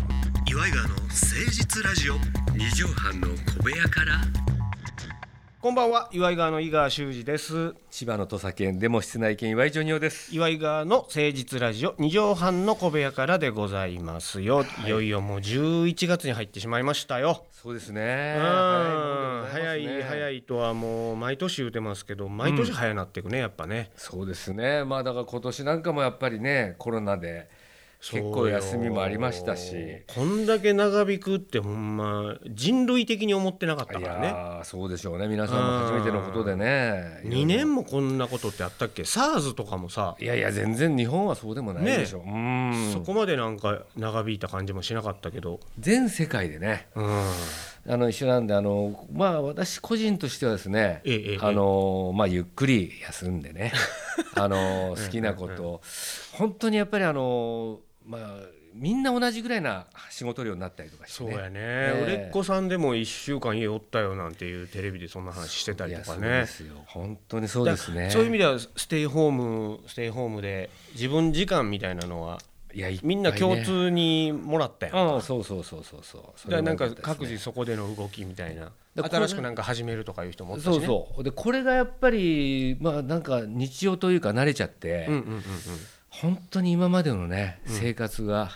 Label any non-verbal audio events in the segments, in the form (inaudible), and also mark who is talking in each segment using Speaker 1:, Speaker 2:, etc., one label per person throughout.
Speaker 1: イガーの誠実ラジオ
Speaker 2: 二畳半の小部屋から
Speaker 3: こんばんは岩井川の井川修司です
Speaker 2: 千葉の土佐県でも室内犬岩井ジョニオです
Speaker 3: 岩井川の誠実ラジオ二畳半の小部屋からでございますよ、い、よいよもう11月に入ってしまいましたよ
Speaker 2: そうですね
Speaker 3: うん早い早
Speaker 2: い
Speaker 3: いとはもう毎年言うてますけど毎年早なっていくね、やっぱね
Speaker 2: そうですねまあだから今年なんかもやっぱりねコロナで結構休みもありましたし
Speaker 3: そうよこんだけ長引くってほんま人類的に思ってなかった
Speaker 2: い
Speaker 3: からね
Speaker 2: やーそうでしょうね皆さんも初めてのことでねいろいろ
Speaker 3: 2年もこんなことってあったっけ SARS とかもさ
Speaker 2: いやいや全然日本はそうでもないでしょう、うん
Speaker 3: そこまでなんか長引いた感じもしなかったけど
Speaker 2: 全世界でね
Speaker 3: うん
Speaker 2: あの一緒なんであの、まあ、私個人としてはですね、
Speaker 3: ええええ
Speaker 2: あのまあ、ゆっくり休んで
Speaker 3: (laughs)
Speaker 2: ねあの好きなことを本当にやっぱりあの、まあ、みんな同じぐらいな仕事量になったりとかして
Speaker 3: そ
Speaker 2: ね
Speaker 3: うやね
Speaker 2: え
Speaker 3: 売れっ子さんでも1週間家おったよなんていうテレビでそんな話してたりとか
Speaker 2: いや
Speaker 3: ね
Speaker 2: そうですよ本当にそうです
Speaker 3: だか
Speaker 2: ね
Speaker 3: らそういう意味ではステイホームステイホームで自分時間みたいなのはい
Speaker 2: やいっぱいね
Speaker 3: みんな共通にもらったよ、
Speaker 2: うんそうそうそうそうそうそれ
Speaker 3: だから
Speaker 2: も
Speaker 3: な
Speaker 2: 良
Speaker 3: んか
Speaker 2: ったですね
Speaker 3: 各自そこでの動きみたいな
Speaker 2: だから
Speaker 3: 新しくなんか始めるとかいう人もおったし、ね、
Speaker 2: そうそうでこれがやっぱりまあなんか日常というか慣れちゃって、
Speaker 3: うんうんうん
Speaker 2: 本当に今までのね生活が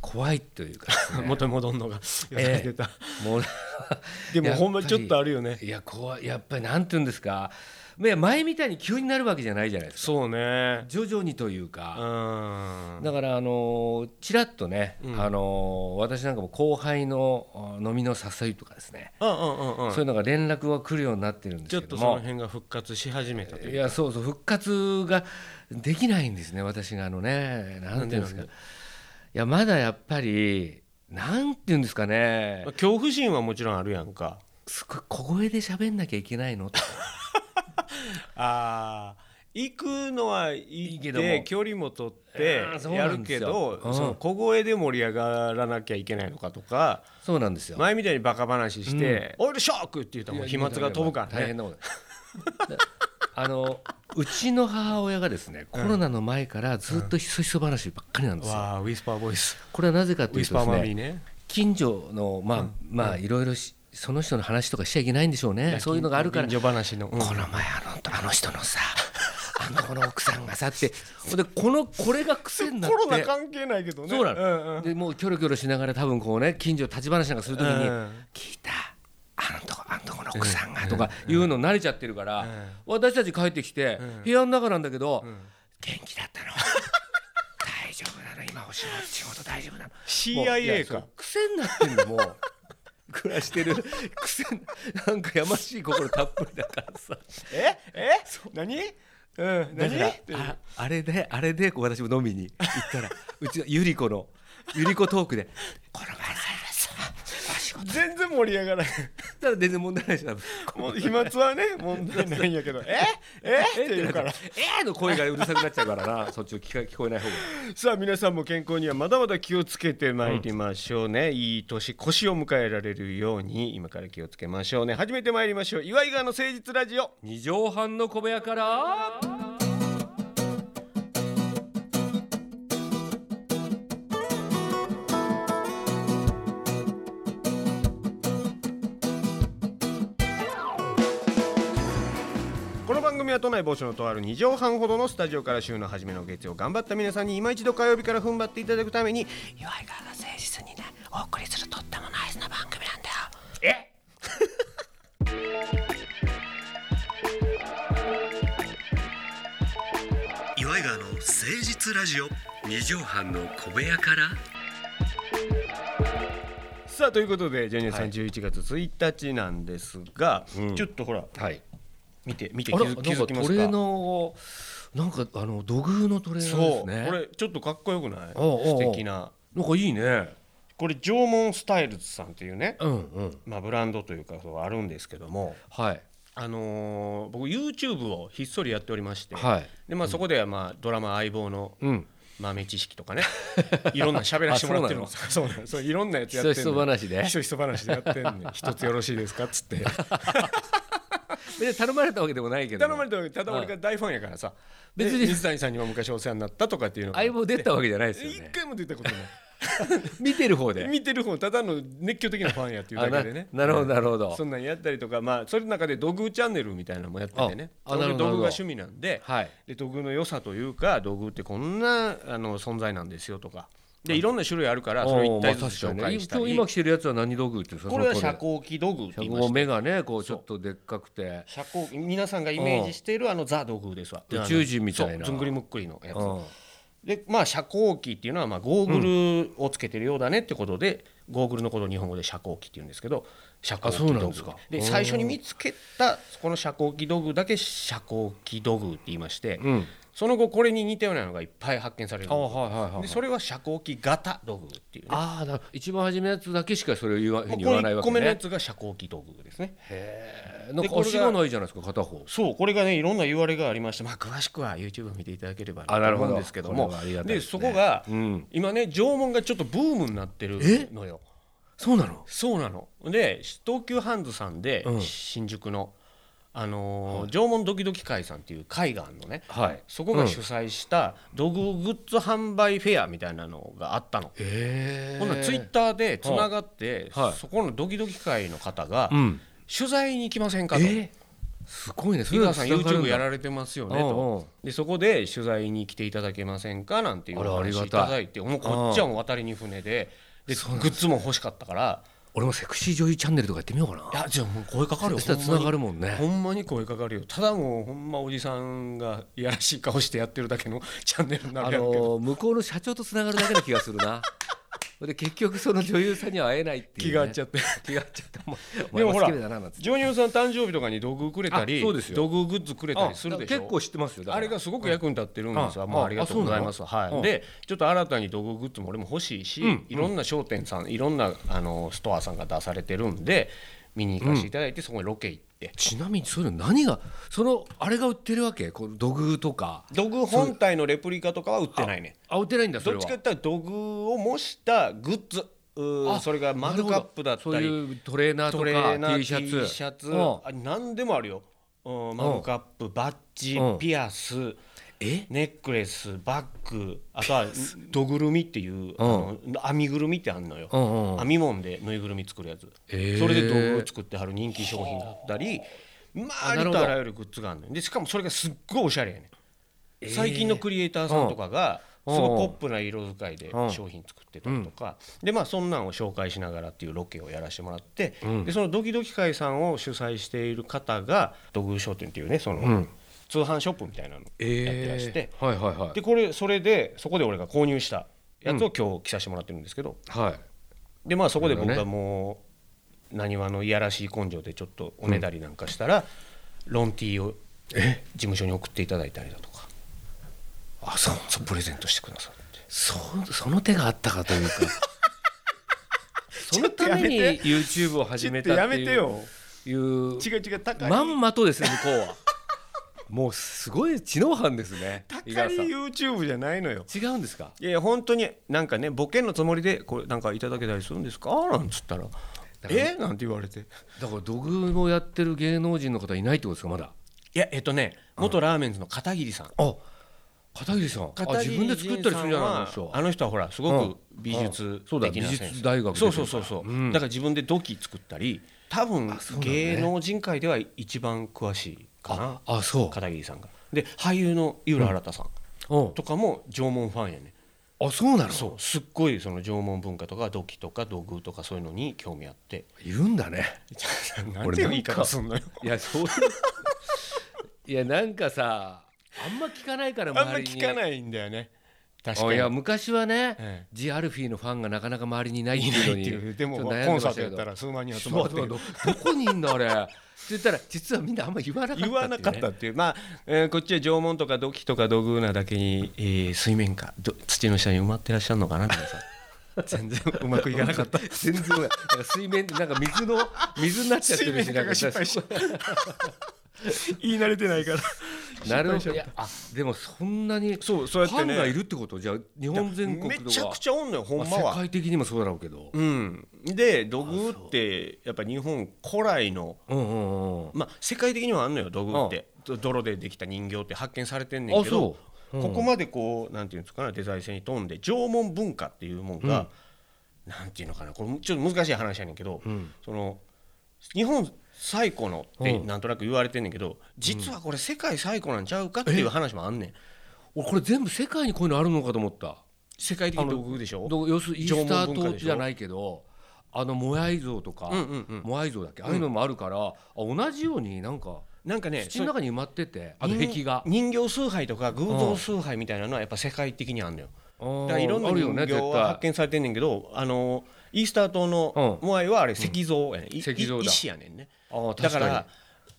Speaker 2: 怖いと
Speaker 3: (laughs)
Speaker 2: いうかですね、
Speaker 3: うん、元に戻んのが
Speaker 2: ええ
Speaker 3: やられてた、
Speaker 2: もう
Speaker 3: でもほんまちょっとあるよね
Speaker 2: いや怖いやっぱりなんて言うんですかいや前みたいに急になるわけじゃないじゃないですか
Speaker 3: そうね
Speaker 2: 徐々にという
Speaker 3: う
Speaker 2: か、
Speaker 3: ん
Speaker 2: だからあのちらっとね、
Speaker 3: うん
Speaker 2: あの私なんかも後輩のあ飲みの誘いとかですね、
Speaker 3: うんうんうんうん
Speaker 2: そういうのが連絡は来るようになってるんで
Speaker 3: ちょ
Speaker 2: す
Speaker 3: っ
Speaker 2: けど
Speaker 3: と
Speaker 2: も
Speaker 3: その辺が復活し始めたという
Speaker 2: いやそうそう復活ができないんですね私があのねなんていうんですかい
Speaker 3: なんでなんで
Speaker 2: やまだやっぱりなんていうんですかね
Speaker 3: まあ恐怖心はもちろんあるやんか
Speaker 2: すごい小声で喋んなきゃいけないのって
Speaker 3: あー行くのはい
Speaker 2: い
Speaker 3: い
Speaker 2: いけ
Speaker 3: けど
Speaker 2: ども
Speaker 3: 距離も取って
Speaker 2: あーそう
Speaker 3: や
Speaker 2: な
Speaker 3: る
Speaker 2: んです
Speaker 3: け
Speaker 2: よ
Speaker 3: ど
Speaker 2: うん
Speaker 3: その小声で盛り上がらなきゃいけないのかとか
Speaker 2: そうなんですよ。
Speaker 3: 前みたいにバカ話して「オイルショック!」って言ったらもう飛沫が飛ぶから
Speaker 2: 大変
Speaker 3: ね
Speaker 2: なことだあのうちの母親がですねコロナの前からずっとひそひそ話ばっかりなんですよ。
Speaker 3: わあウィスパーボイス
Speaker 2: これはなぜか
Speaker 3: ウ
Speaker 2: とい
Speaker 3: ィ
Speaker 2: う
Speaker 3: ス
Speaker 2: と
Speaker 3: パーマ
Speaker 2: です
Speaker 3: ミー
Speaker 2: ね
Speaker 3: ね
Speaker 2: 近所のまあまあいろいろしその人の話とかしちゃいけないんでしょうねそういうのがあるから
Speaker 3: 近所話のうん
Speaker 2: この前あのあの人のさあのこの奥さんがさってほんでこのこれが癖になっ
Speaker 3: コロナ
Speaker 2: て
Speaker 3: 関係ないけどね
Speaker 2: そうなの
Speaker 3: んうん
Speaker 2: でもうキョロキョロしながら多分こうね近所立ち話なんかするときに
Speaker 3: うん
Speaker 2: 「聞いたあのとこあのとこの奥さんが」とかいうの慣れちゃってるから私たち帰ってきて部屋の中なんだけど「元気だった (laughs) の大丈夫なの今お仕事仕事大丈夫なの」もうい
Speaker 3: CIA
Speaker 2: やそ
Speaker 3: か
Speaker 2: う癖になってんのも (laughs) う暮らしてる癖になんかやましい心たっぷりだからさ。
Speaker 3: ええ何うん
Speaker 2: だか
Speaker 3: 何
Speaker 2: らああれであれでこう私も飲みに行ったらうちのゆり子のゆり子トークで「この前さお仕事
Speaker 3: 全然盛り上がらない
Speaker 2: したら全然問題ないしな」
Speaker 3: もう飛沫はね問題ないんやけどええって言うから
Speaker 2: 「えー!」の声がうるさくなっちゃうからなそっちを聞か聞こえない方が
Speaker 3: さあ皆さんも健康にはまだまだ気をつけてまいりましょうね、いい年腰を迎えられるように今から気をつけましょうね始めてまいりましょう岩井川の誠実ラジオ
Speaker 2: 二畳半の小部屋から
Speaker 3: この番組は都内某所のとある2畳半ほどのスタジオから週の初めの月曜頑張った皆さんに今一度火曜日から踏ん張っていただくために岩井川が誠実にねお送りするとってもナイスな番組なんだよ
Speaker 1: 岩井川の誠実ラジオ
Speaker 2: 二畳半の小部屋から
Speaker 3: さあということでジョニーさん、
Speaker 2: はい
Speaker 3: 11月1日なんですが、
Speaker 2: うん
Speaker 3: ちょっとほら
Speaker 2: はい
Speaker 3: 見て見て
Speaker 2: あ
Speaker 3: 気
Speaker 2: らなん
Speaker 3: づ
Speaker 2: か
Speaker 3: 気づきます
Speaker 2: ト
Speaker 3: か
Speaker 2: レーナーをなんかあの土偶のトレーナーで
Speaker 3: そ
Speaker 2: す
Speaker 3: う、
Speaker 2: ね
Speaker 3: これちょっとかっこよくない
Speaker 2: おうおうおう
Speaker 3: 素敵な
Speaker 2: なんかいいね
Speaker 3: これ縄文スタイルズさんっていうね、
Speaker 2: うんうん
Speaker 3: まあ、ブランドというかそうあるんですけども、
Speaker 2: はい
Speaker 3: あのー僕 YouTube をひっそりやっておりまして、
Speaker 2: はい
Speaker 3: でまあ、そこでは、まあ、ドラマ「相棒」の
Speaker 2: うん
Speaker 3: 豆知識とかねいろんな喋らせてもらってるん
Speaker 2: (laughs)
Speaker 3: ですそうなんそういろんなやつやってんの
Speaker 2: ひそひそ話で
Speaker 3: ひそひそ話でやってん
Speaker 2: (laughs)
Speaker 3: ねん一つよろしいですかっつって
Speaker 2: 別に頼まれたわけでもないけど
Speaker 3: 頼まれたわけただ俺が大ファンやからさ
Speaker 2: 別
Speaker 3: 別
Speaker 2: に
Speaker 3: に水谷さんにも昔お世話になったとかっていうのが
Speaker 2: 相棒出たわけじゃないですよ
Speaker 3: 一
Speaker 2: ね
Speaker 3: 回も出たことない
Speaker 2: 見てる方で
Speaker 3: 見てる方ただの熱狂的なファンやっていう
Speaker 2: あ
Speaker 3: だ
Speaker 2: な
Speaker 3: けでね
Speaker 2: なるほどなるほど、
Speaker 3: そんなんやったりとかまあそれの中で土偶チャンネルみたいなのもやっててね
Speaker 2: ああなるほど
Speaker 3: 僕土偶が趣味なんで
Speaker 2: はい
Speaker 3: で土偶の良さというか土偶ってこんなあの存在なんですよとかでいろんな種類あるからそれを一体ずつ紹介した
Speaker 2: おーまあ確かにね今日
Speaker 3: り
Speaker 2: 今着てるやつは何道具っていうんですか
Speaker 3: これは
Speaker 2: その
Speaker 3: 遮
Speaker 2: 通
Speaker 3: 光器土偶って
Speaker 2: り遮
Speaker 3: 言いま
Speaker 2: 光
Speaker 3: した
Speaker 2: 目がねこうちょっとでっかくて
Speaker 3: 遮光器皆さんがイメージしているあのザ土偶ですわ
Speaker 2: 宇宙人みたいな
Speaker 3: そうずんぐりむっくりのやつ
Speaker 2: うん
Speaker 3: でまあ遮光器っていうのはまあゴーグルをつけてるようだねってことで、ゴーグルのことを日本語で遮光器って言うんですけど遮光器
Speaker 2: あそうなん
Speaker 3: 道
Speaker 2: で
Speaker 3: 具
Speaker 2: すか
Speaker 3: で最初に見つけたこの遮光器道具だけ遮光器道具って言いまして、
Speaker 2: うん
Speaker 3: その後これに似たようなのがいっぱい発見される
Speaker 2: あはいはいはい
Speaker 3: でそれは遮光器型道具っていうね
Speaker 2: ああなる一番初めのやつだけしかそれを言わ
Speaker 3: こ
Speaker 2: 言
Speaker 3: こ
Speaker 2: わない
Speaker 3: 1
Speaker 2: わけ
Speaker 3: 個目のや
Speaker 2: ね
Speaker 3: つが遮光器道具ですね
Speaker 2: へえなん
Speaker 3: で
Speaker 2: か
Speaker 3: これが
Speaker 2: 足がないじゃないですか片方
Speaker 3: そうこれがねいろんな言われがありまして、まあ、詳しくは YouTube を見ていただければ
Speaker 2: あなるほど
Speaker 3: と思うんですけども
Speaker 2: これはありがたい
Speaker 3: で
Speaker 2: ですね
Speaker 3: そこが、
Speaker 2: うん
Speaker 3: 今ね縄文がちょっとブームになってる
Speaker 2: え
Speaker 3: のよ。
Speaker 2: そうなの
Speaker 3: そうなので東急ハンズさんで、
Speaker 2: うん
Speaker 3: 新宿の、あのー縄文ドキドキ会さんっていう会があるのね
Speaker 2: はい
Speaker 3: そこが主催した土偶グッズ販売フェアみたいなのがあったの、
Speaker 2: へえ
Speaker 3: ほんならツイッターでつながって、
Speaker 2: はい
Speaker 3: そこのドキドキ会の方が、
Speaker 2: うん
Speaker 3: 取材に行きませんかと
Speaker 2: えすごいね
Speaker 3: 井川さん YouTube や
Speaker 2: れ
Speaker 3: られてますよね
Speaker 2: うんうん
Speaker 3: とでそこで取材に来ていただけませんかなんていうお
Speaker 2: あらあり
Speaker 3: 話
Speaker 2: がたい
Speaker 3: いただいてもうこっちはもう渡りに船ででグッズも欲しかったから
Speaker 2: 俺もセクシー女優チャンネルとかやってみようかない
Speaker 3: やじゃあもう声かかるよ
Speaker 2: そしたらつながるもんね
Speaker 3: ほんまに声かかるよただもうほんまおじさんがいやらしい顔してやってるだけの (laughs) チャンネルになる
Speaker 2: あ
Speaker 3: やろうけど、
Speaker 2: のー向こうの社長とつながるだけな気がする
Speaker 3: (laughs)
Speaker 2: なで結局その女優さんには会えないっていう、ね、
Speaker 3: 気が合っちゃって
Speaker 2: (laughs) 気が合っちゃってお前お
Speaker 3: で
Speaker 2: 前
Speaker 3: も
Speaker 2: も
Speaker 3: ほら
Speaker 2: 好きだななんつって
Speaker 3: ジョニオさん誕生日とかに道具くれたり
Speaker 2: あそうですよ
Speaker 3: 道具グッズくれたりするでしょ
Speaker 2: 結構知ってますよだか
Speaker 3: あ
Speaker 2: ら
Speaker 3: れがすごく役に立ってるんですよ、
Speaker 2: うん
Speaker 3: もう
Speaker 2: あ
Speaker 3: ありがとうございます、
Speaker 2: あ
Speaker 3: はい、
Speaker 2: うん
Speaker 3: でちょっと新たに道具グッズも俺も欲しいし、
Speaker 2: うん
Speaker 3: いろんな商店さんいろんなあのストアさんが出されてるんで見に行かせていただいて、そこにロケ行って
Speaker 2: ちなみにそういうの何がそのあれが売ってるわけこの土偶とか
Speaker 3: 道具本体のレプリカとかは売ってないね
Speaker 2: あ売ってないんだそ
Speaker 3: ど
Speaker 2: れ
Speaker 3: っ
Speaker 2: は
Speaker 3: ちかって言ったら土偶を模したグッズうー
Speaker 2: あ
Speaker 3: それがマグカップだった
Speaker 2: なるほど
Speaker 3: り
Speaker 2: そういうトレーナーとか
Speaker 3: トレーナー
Speaker 2: T シャツ
Speaker 3: T シャツ
Speaker 2: うん
Speaker 3: あ何でもあるようんマグカップバッジ
Speaker 2: うん
Speaker 3: ピアス
Speaker 2: え
Speaker 3: ネックレスバッグあとはどぐるみっていうあの編みぐるみってあんのよ
Speaker 2: うんうんうん
Speaker 3: 編み物でぬいぐるみ作るやつ
Speaker 2: へー
Speaker 3: それで道具を作ってはる人気商品だったりまああ
Speaker 2: あな
Speaker 3: り
Speaker 2: るほ
Speaker 3: と
Speaker 2: ど
Speaker 3: あらゆるグッズがあるのよでしかもそれがすっごいおしゃれやねん最近のクリエイターさんとかがす
Speaker 2: うん
Speaker 3: ごいポップな色使いで
Speaker 2: うん
Speaker 3: 商品作ってたりとかでまあそんなんを紹介しながらっていうロケをやらせてもらって
Speaker 2: うん
Speaker 3: でそのドキドキ会さんを主催している方が土偶商店っていうねその
Speaker 2: ん
Speaker 3: 通販ショップみたいなのやっ
Speaker 2: えー
Speaker 3: てらして
Speaker 2: はいはいはい
Speaker 3: でこれそれでそこで俺が購入したやつを今日着させてもらってるんですけど
Speaker 2: はい
Speaker 3: でまあそこで僕
Speaker 2: なる
Speaker 3: は
Speaker 2: ほ
Speaker 3: もうなにわのいやらしい根性でちょっとおねだりなんかしたら、ロンティーを事務所に送っていただいたりだとか
Speaker 2: あそう
Speaker 3: そうプレゼントしてくださって
Speaker 2: そその手があったかという (laughs) かそのために
Speaker 3: ちょっとやめ
Speaker 2: YouTube を始めたっていういう
Speaker 3: う違う高
Speaker 2: まんまとですね向こう (laughs) はもうすごい知能犯ですね井川さん
Speaker 3: YouTube じゃないのよ
Speaker 2: 違うんですか
Speaker 3: いやいや本当になんかねボケのつもりでこれなんかいただけたりするんですかなんつったら
Speaker 2: だから
Speaker 3: えなんて言われて
Speaker 2: だから土偶をやってる芸能人の方いないってことですかまだ
Speaker 3: いやえっとね元ラーメンズの片桐さん
Speaker 2: あ片桐さんあ自分で作ったりするんじゃないの人
Speaker 3: あの人はほらすごく美術
Speaker 2: うんそうだ
Speaker 3: 的な
Speaker 2: 美
Speaker 3: センス
Speaker 2: 術大学出て
Speaker 3: そ
Speaker 2: る
Speaker 3: う
Speaker 2: か
Speaker 3: そ
Speaker 2: ら
Speaker 3: うそうそう、
Speaker 2: うん
Speaker 3: だから自分で土器作ったり多分
Speaker 2: そうなんだね
Speaker 3: 芸能人界では一番詳しいかな
Speaker 2: あそ
Speaker 3: 片桐さんがで俳優の井浦新さん
Speaker 2: う、うん
Speaker 3: とかも縄文ファンやね
Speaker 2: あそうなの
Speaker 3: そうすっごいその縄文文化とか土器とか土偶とかそういうのに興味あって
Speaker 2: 言うんだね
Speaker 3: な
Speaker 2: (laughs) 俺なんか
Speaker 3: んのよ
Speaker 2: いやそういういやなんかさあんま聞かないから
Speaker 3: あんま
Speaker 2: 周り
Speaker 3: 聞
Speaker 2: に
Speaker 3: かないんだよね確
Speaker 2: あ
Speaker 3: か
Speaker 2: いや
Speaker 3: に
Speaker 2: 昔はね、
Speaker 3: ええ
Speaker 2: ジアルフィーのファンがなかなか周りにいないって
Speaker 3: いないいうっ
Speaker 2: の
Speaker 3: て
Speaker 2: に
Speaker 3: いうでも
Speaker 2: ちょっ
Speaker 3: ま
Speaker 2: と
Speaker 3: あ
Speaker 2: 悩ん
Speaker 3: コ
Speaker 2: ま
Speaker 3: ン
Speaker 2: した
Speaker 3: サートやっ
Speaker 2: けど
Speaker 3: たら数万人
Speaker 2: そ
Speaker 3: 集ま
Speaker 2: う
Speaker 3: って
Speaker 2: そうどどこにいんだあれって言ったら実はみんなあんま言わなかったってい
Speaker 3: 言
Speaker 2: うね
Speaker 3: わなかったっていうまあ、えーこっちは縄文とか土器とか土偶なだけに、えー水面下ど土の下に埋まってらっしゃるのかな皆さん全然うまくいかなかった
Speaker 2: (laughs) 全然なんか水面でなんか水の水になっちゃってるし
Speaker 3: 水面下が失敗し (laughs) 言い慣れてないから
Speaker 2: なるほどいやあでもそんなに
Speaker 3: そうそうやってね
Speaker 2: ファンがいるってことじゃあ日本全国
Speaker 3: め
Speaker 2: とか
Speaker 3: ちゃくちゃおんのよほんま
Speaker 2: まあ世
Speaker 3: は、
Speaker 2: 界的にもそうだろうけど、
Speaker 3: うん、で土偶ってやっぱ日本古来の
Speaker 2: うん、うんうんうん
Speaker 3: まあ世界的にはあんのよ土偶って、泥でできた人形って発見されてんねんけど
Speaker 2: あそううん
Speaker 3: ここまでこうなんていうんですかねデザイン性に富んで縄文文化っていうもんが、なんていうのかなこれちょっと難しい話やねんけど、
Speaker 2: ん
Speaker 3: その日本最古のって
Speaker 2: うん
Speaker 3: なんとなく言われてんねんけど、実はこれ世界最古なんちゃうかっていう話もあんねん
Speaker 2: 俺これ全部世界にこういうのあるのかと思った
Speaker 3: 世界的
Speaker 2: あの
Speaker 3: 道具でしょ
Speaker 2: ど要するにイースタ
Speaker 3: 縄
Speaker 2: ー
Speaker 3: 文文化
Speaker 2: 島
Speaker 3: でしょ
Speaker 2: じゃないけどあのモヤイ像とか、
Speaker 3: うんうんうん
Speaker 2: モヤイ像だっけああいうのもあるから、あ同じようになんか
Speaker 3: なんかね
Speaker 2: 土の中に埋まっててあ
Speaker 3: そ
Speaker 2: の
Speaker 3: の
Speaker 2: 壁画
Speaker 3: 人人形崇拝とか偶像崇拝みたいなのはやっぱ世界的にあんのよ
Speaker 2: あー
Speaker 3: だからいろんな
Speaker 2: ある
Speaker 3: 人
Speaker 2: よね
Speaker 3: 形
Speaker 2: 絶
Speaker 3: は発
Speaker 2: 対
Speaker 3: 見されてんねんけどあのイースター島の
Speaker 2: う
Speaker 3: モアイはあれ石像やね、ん、い
Speaker 2: 石像だ
Speaker 3: い石やねんね
Speaker 2: あー
Speaker 3: だ
Speaker 2: 確
Speaker 3: か
Speaker 2: から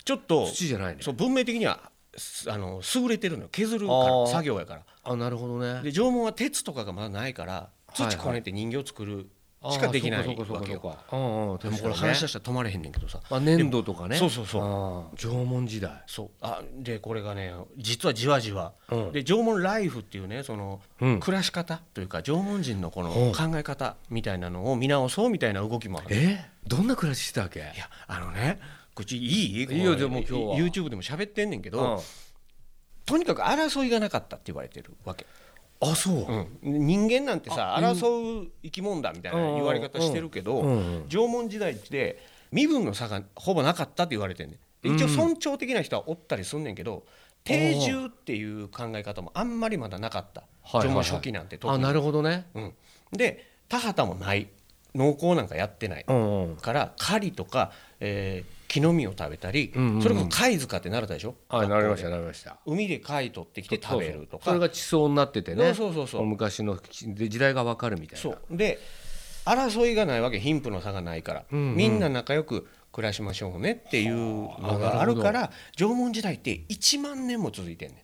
Speaker 3: ちょっと
Speaker 2: に土じゃないね
Speaker 3: そう文明的にはすあの優れてるのよ削るか
Speaker 2: あ
Speaker 3: ら
Speaker 2: ー
Speaker 3: 作業やか
Speaker 2: あなるほど
Speaker 3: ら
Speaker 2: ね
Speaker 3: で縄文は鉄とかがまだないから
Speaker 2: はい
Speaker 3: 土こねて人形作るしかできないわけよ
Speaker 2: あーそうかそうかそうかうんうん
Speaker 3: で
Speaker 2: 確
Speaker 3: もこ
Speaker 2: か
Speaker 3: れ
Speaker 2: に
Speaker 3: 話し
Speaker 2: ね
Speaker 3: 出したら止まれへんねんけどさ
Speaker 2: まあ粘土とかね
Speaker 3: そうそうそう
Speaker 2: あー縄文時代
Speaker 3: そうあでこれがね実はじわじわ、
Speaker 2: うん
Speaker 3: で縄文ライフっていうねその、
Speaker 2: うん
Speaker 3: 暮らし方というか縄文人のこの
Speaker 2: うん
Speaker 3: 考え方みたいなのを見直そうみたいな動きもある
Speaker 2: えどんな暮らししてたわけ
Speaker 3: いやあのね口い
Speaker 2: い
Speaker 3: い
Speaker 2: いよじゃあもう今日は
Speaker 3: YouTube でも喋ってんねんけ
Speaker 2: う
Speaker 3: ど、
Speaker 2: ん
Speaker 3: とにかく争いがなかったって言われてるわけ、
Speaker 2: あそう
Speaker 3: 人間なんてさ
Speaker 2: あ
Speaker 3: 争う生き物だみたいな言われ方してるけど、
Speaker 2: うんうん
Speaker 3: 縄文時代って身分の差がほぼなかったって言われてんねんで一応尊重的な人はおったりすんねんけど、定住っていう考え方もあんまりまだなかった、
Speaker 2: はいはいはい
Speaker 3: 縄文初期なんて特に
Speaker 2: あなるほどね
Speaker 3: うん、で田畑もない農耕なんかやってない、
Speaker 2: うんうん
Speaker 3: から狩りとか、えー木の実を食べたり、
Speaker 2: うんうんうん
Speaker 3: それこそ貝塚ってなれたでしょ
Speaker 2: はいなりましたなりました
Speaker 3: 海で貝取ってきて食べ
Speaker 2: そ
Speaker 3: るとか
Speaker 2: うそうそれが地層になっててね
Speaker 3: そうそうそう
Speaker 2: 昔ので時代がわかるみたいな
Speaker 3: そうで争いがないわけ貧富の差がないから、
Speaker 2: うんうん
Speaker 3: みんな仲良く暮らしましょうねっていうのがあるから縄文時代って1万年も続いてんねん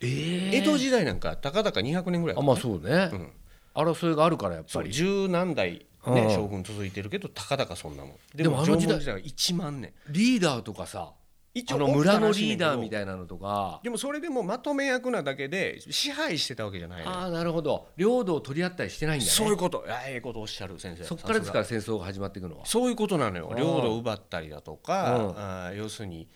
Speaker 2: えー
Speaker 3: 江戸時代なんかたかだか200年ぐらい
Speaker 2: あまあそうね、争いがあるからやっぱ
Speaker 3: そう
Speaker 2: り
Speaker 3: 十何代、
Speaker 2: う
Speaker 3: ね
Speaker 2: ん、
Speaker 3: 将軍続いてるけどたかだかそんなもんで
Speaker 2: でも
Speaker 3: も
Speaker 2: あの
Speaker 3: 縄文
Speaker 2: 時代
Speaker 3: 時代は1万年
Speaker 2: リーダーとかさ
Speaker 3: 一
Speaker 2: あ
Speaker 3: 応
Speaker 2: の村のリーダーみ
Speaker 3: いな
Speaker 2: たいなのとか
Speaker 3: でもそれでもまとめ役なだけで支配してたわけじゃないのよ
Speaker 2: ああなるほど領土を取り合ったりしてないんだね
Speaker 3: そういうことああええことおっしゃる先生
Speaker 2: そっからですから
Speaker 3: さすが
Speaker 2: 戦争が始まっていくのは
Speaker 3: そういうことなのよ
Speaker 2: あー
Speaker 3: 領土を奪ったりだとか、
Speaker 2: うん
Speaker 3: あー要するに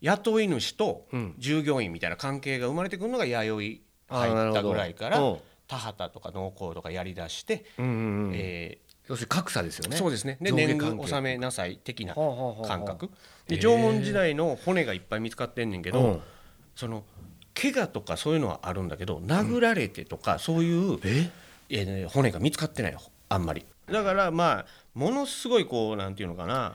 Speaker 3: 雇い主と
Speaker 2: うん
Speaker 3: 従業員みたいな関係が生まれてくるのが弥生
Speaker 2: あーな
Speaker 3: 入
Speaker 2: る
Speaker 3: っ
Speaker 2: ほ
Speaker 3: た
Speaker 2: ど
Speaker 3: ぐらいから
Speaker 2: うん
Speaker 3: 田畑とか農耕とかやりだして、
Speaker 2: うんうんうん
Speaker 3: え
Speaker 2: 要するに格差ですよ
Speaker 3: ー
Speaker 2: ね
Speaker 3: そうですねで
Speaker 2: 上下
Speaker 3: 年
Speaker 2: 関係
Speaker 3: 貢納めなさい的な
Speaker 2: はあはあはあはあ
Speaker 3: 感覚
Speaker 2: へー
Speaker 3: で縄文時代の骨がいっぱい見つかってんねんけど、
Speaker 2: うん
Speaker 3: その怪我とかそういうのはあるんだけど殴られてとかそういう、
Speaker 2: え
Speaker 3: えーね骨が見つかってないよあんまりだからまあものすごいこうなんていうのかな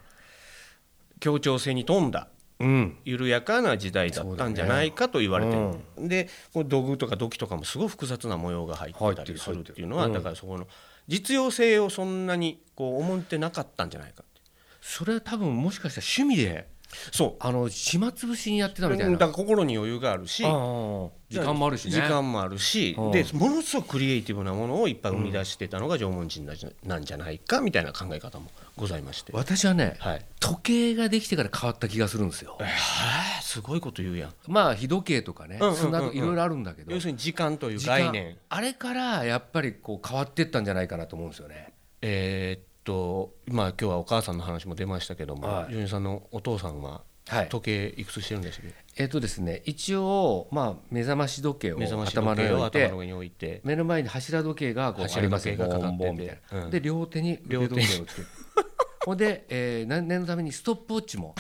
Speaker 3: 協調性に富んだ
Speaker 2: うん
Speaker 3: 緩やかな時代だったんじゃないかと言われてる、でこう土偶とか土器とかもすごい複雑な模様が入ってたりするっていうのは
Speaker 2: 入ってる入ってるうん
Speaker 3: だからそこの実用性をそんなにこう思ってなかったんじゃないかって
Speaker 2: それは多分もしかしたら趣味で
Speaker 3: そう
Speaker 2: あの暇つぶしにやってたみたい
Speaker 3: だ
Speaker 2: な
Speaker 3: から心に余裕があるし
Speaker 2: あー時間もあるしね
Speaker 3: 時間もあるし、
Speaker 2: うん
Speaker 3: でものすごくクリエイティブなものをいっぱい生み出してたのが縄文人なんじゃないかみたいな考え方もございまして、
Speaker 2: 私はね
Speaker 3: はい、
Speaker 2: 時計ができてから変わった気がするんですよ
Speaker 3: えーすごいこと言うやん
Speaker 2: まあ日時計とかね
Speaker 3: うんうんうんうん
Speaker 2: 砂時いろいろあるんだけど
Speaker 3: 要するに時間という
Speaker 2: 時間
Speaker 3: 概念
Speaker 2: あれからやっぱりこう変わってったんじゃないかなと思うんですよね
Speaker 3: えーっとまあ今日はお母さんの話も出ましたけども、
Speaker 2: はい
Speaker 3: ジョニーさんのお父さんは
Speaker 2: はい
Speaker 3: 時計いくつしてるんでしたっけ、
Speaker 2: えっ、とですね一応まあ目覚まし時計を
Speaker 3: 目覚まし時
Speaker 2: 頭の
Speaker 3: 計
Speaker 2: 上に置
Speaker 3: を
Speaker 2: い
Speaker 3: 頭
Speaker 2: て
Speaker 3: の上に置いて
Speaker 2: 目の前に柱時計がこうありますよ
Speaker 3: 柱時計がかかってて
Speaker 2: ボンボンみたいな、
Speaker 3: うん
Speaker 2: で両手に腕時計をつけて (laughs) ほんで、えー、な念のためにストップウォッチも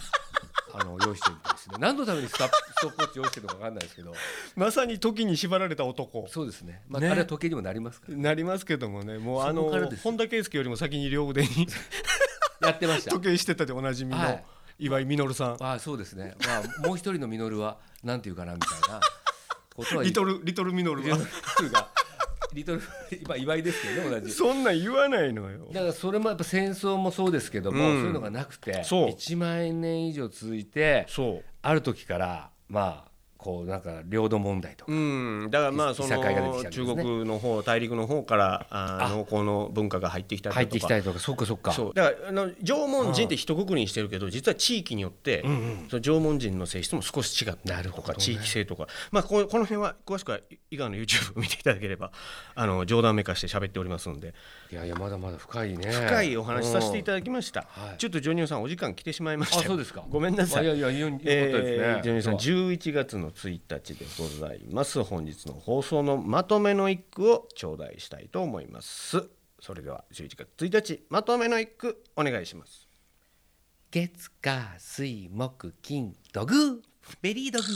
Speaker 2: あの用意してるんですね何のためにスタップストップウォッチ用意してるのか分かんないですけど
Speaker 3: まさに時に縛られた男
Speaker 2: そうですね,、まあ
Speaker 3: ね
Speaker 2: あれは時計にもなりますか
Speaker 3: なりますけどもねもうあ
Speaker 2: そこから
Speaker 3: の
Speaker 2: です
Speaker 3: 本田圭佑よりも先に両腕に
Speaker 2: らやってました
Speaker 3: 時計してたでおなじみ
Speaker 2: は
Speaker 3: の
Speaker 2: い
Speaker 3: 岩井稔さん
Speaker 2: ああそうですね、まあ、もう一人のミノルはなんていうかなみたいなことは
Speaker 3: リト
Speaker 2: ル
Speaker 3: (laughs) ルリトルミノル
Speaker 2: リト
Speaker 3: は
Speaker 2: ルがリトル今祝いですけどね同じ
Speaker 3: そんなん言わないのよ
Speaker 2: だからそれもやっぱ戦争もそうですけども、
Speaker 3: うん
Speaker 2: そういうのがなくて
Speaker 3: そう
Speaker 2: 1万年以上続いて
Speaker 3: そ
Speaker 2: ある時からまあこうなんか領土問題とか
Speaker 3: う、うんだからまあ
Speaker 2: い
Speaker 3: そ
Speaker 2: 社
Speaker 3: の
Speaker 2: 会が出てきたんです
Speaker 3: 中
Speaker 2: ね
Speaker 3: 国の方大陸の方からあー農耕の文化が入ってきたりだ
Speaker 2: 入っ
Speaker 3: と
Speaker 2: てき
Speaker 3: か
Speaker 2: たりとかそっかそっか
Speaker 3: そうだからあの縄文人って一括りにしてるけど実は地域によって、その縄文人の性質も少し違ったりとか、地域性とか、まあ、ここの辺は詳しくは伊賀の YouTube を見ていただければあの冗談めかして喋っておりますんで
Speaker 2: いやいやまだまだ深いね
Speaker 3: 深いお話しさせてい
Speaker 2: だ
Speaker 3: ただきました、
Speaker 2: うんはい
Speaker 3: ちょっとジョニオさんお時きましたお時間来てしまいました
Speaker 2: あそうですか
Speaker 3: ごめんなさい
Speaker 2: いやいやいいよ良かったですね
Speaker 3: えージョニオさん11月のの1日でございます本日の放送のまとめの一句を頂戴したいと思いますそれでは11月1日まとめの一句お願いします
Speaker 2: 月火水木金土グーベリードグー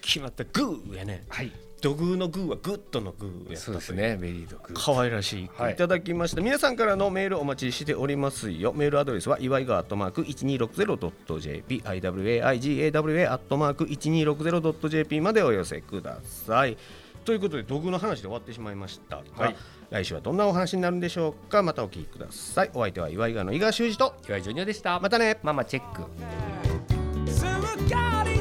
Speaker 3: 決まったグーやね
Speaker 2: はい
Speaker 3: 土偶のグーはグッドのグーやった
Speaker 2: そうですねベリードグー
Speaker 3: 可愛らしい句いただきました、皆さんからのメールお待ちしておりますよメールアドレスは祝いがアットマーク 1260.jp iwaigawa アットマーク 1260.jp までお寄せくださいということで土偶の話で終わってしまいましたが、
Speaker 2: はい
Speaker 3: 来週はどんなお話になるんでしょうかまたお聞きくださいお相手は祝いがの井川修司と
Speaker 2: 岩井ジョニオでした
Speaker 3: またね
Speaker 2: ママチェック
Speaker 4: Summer got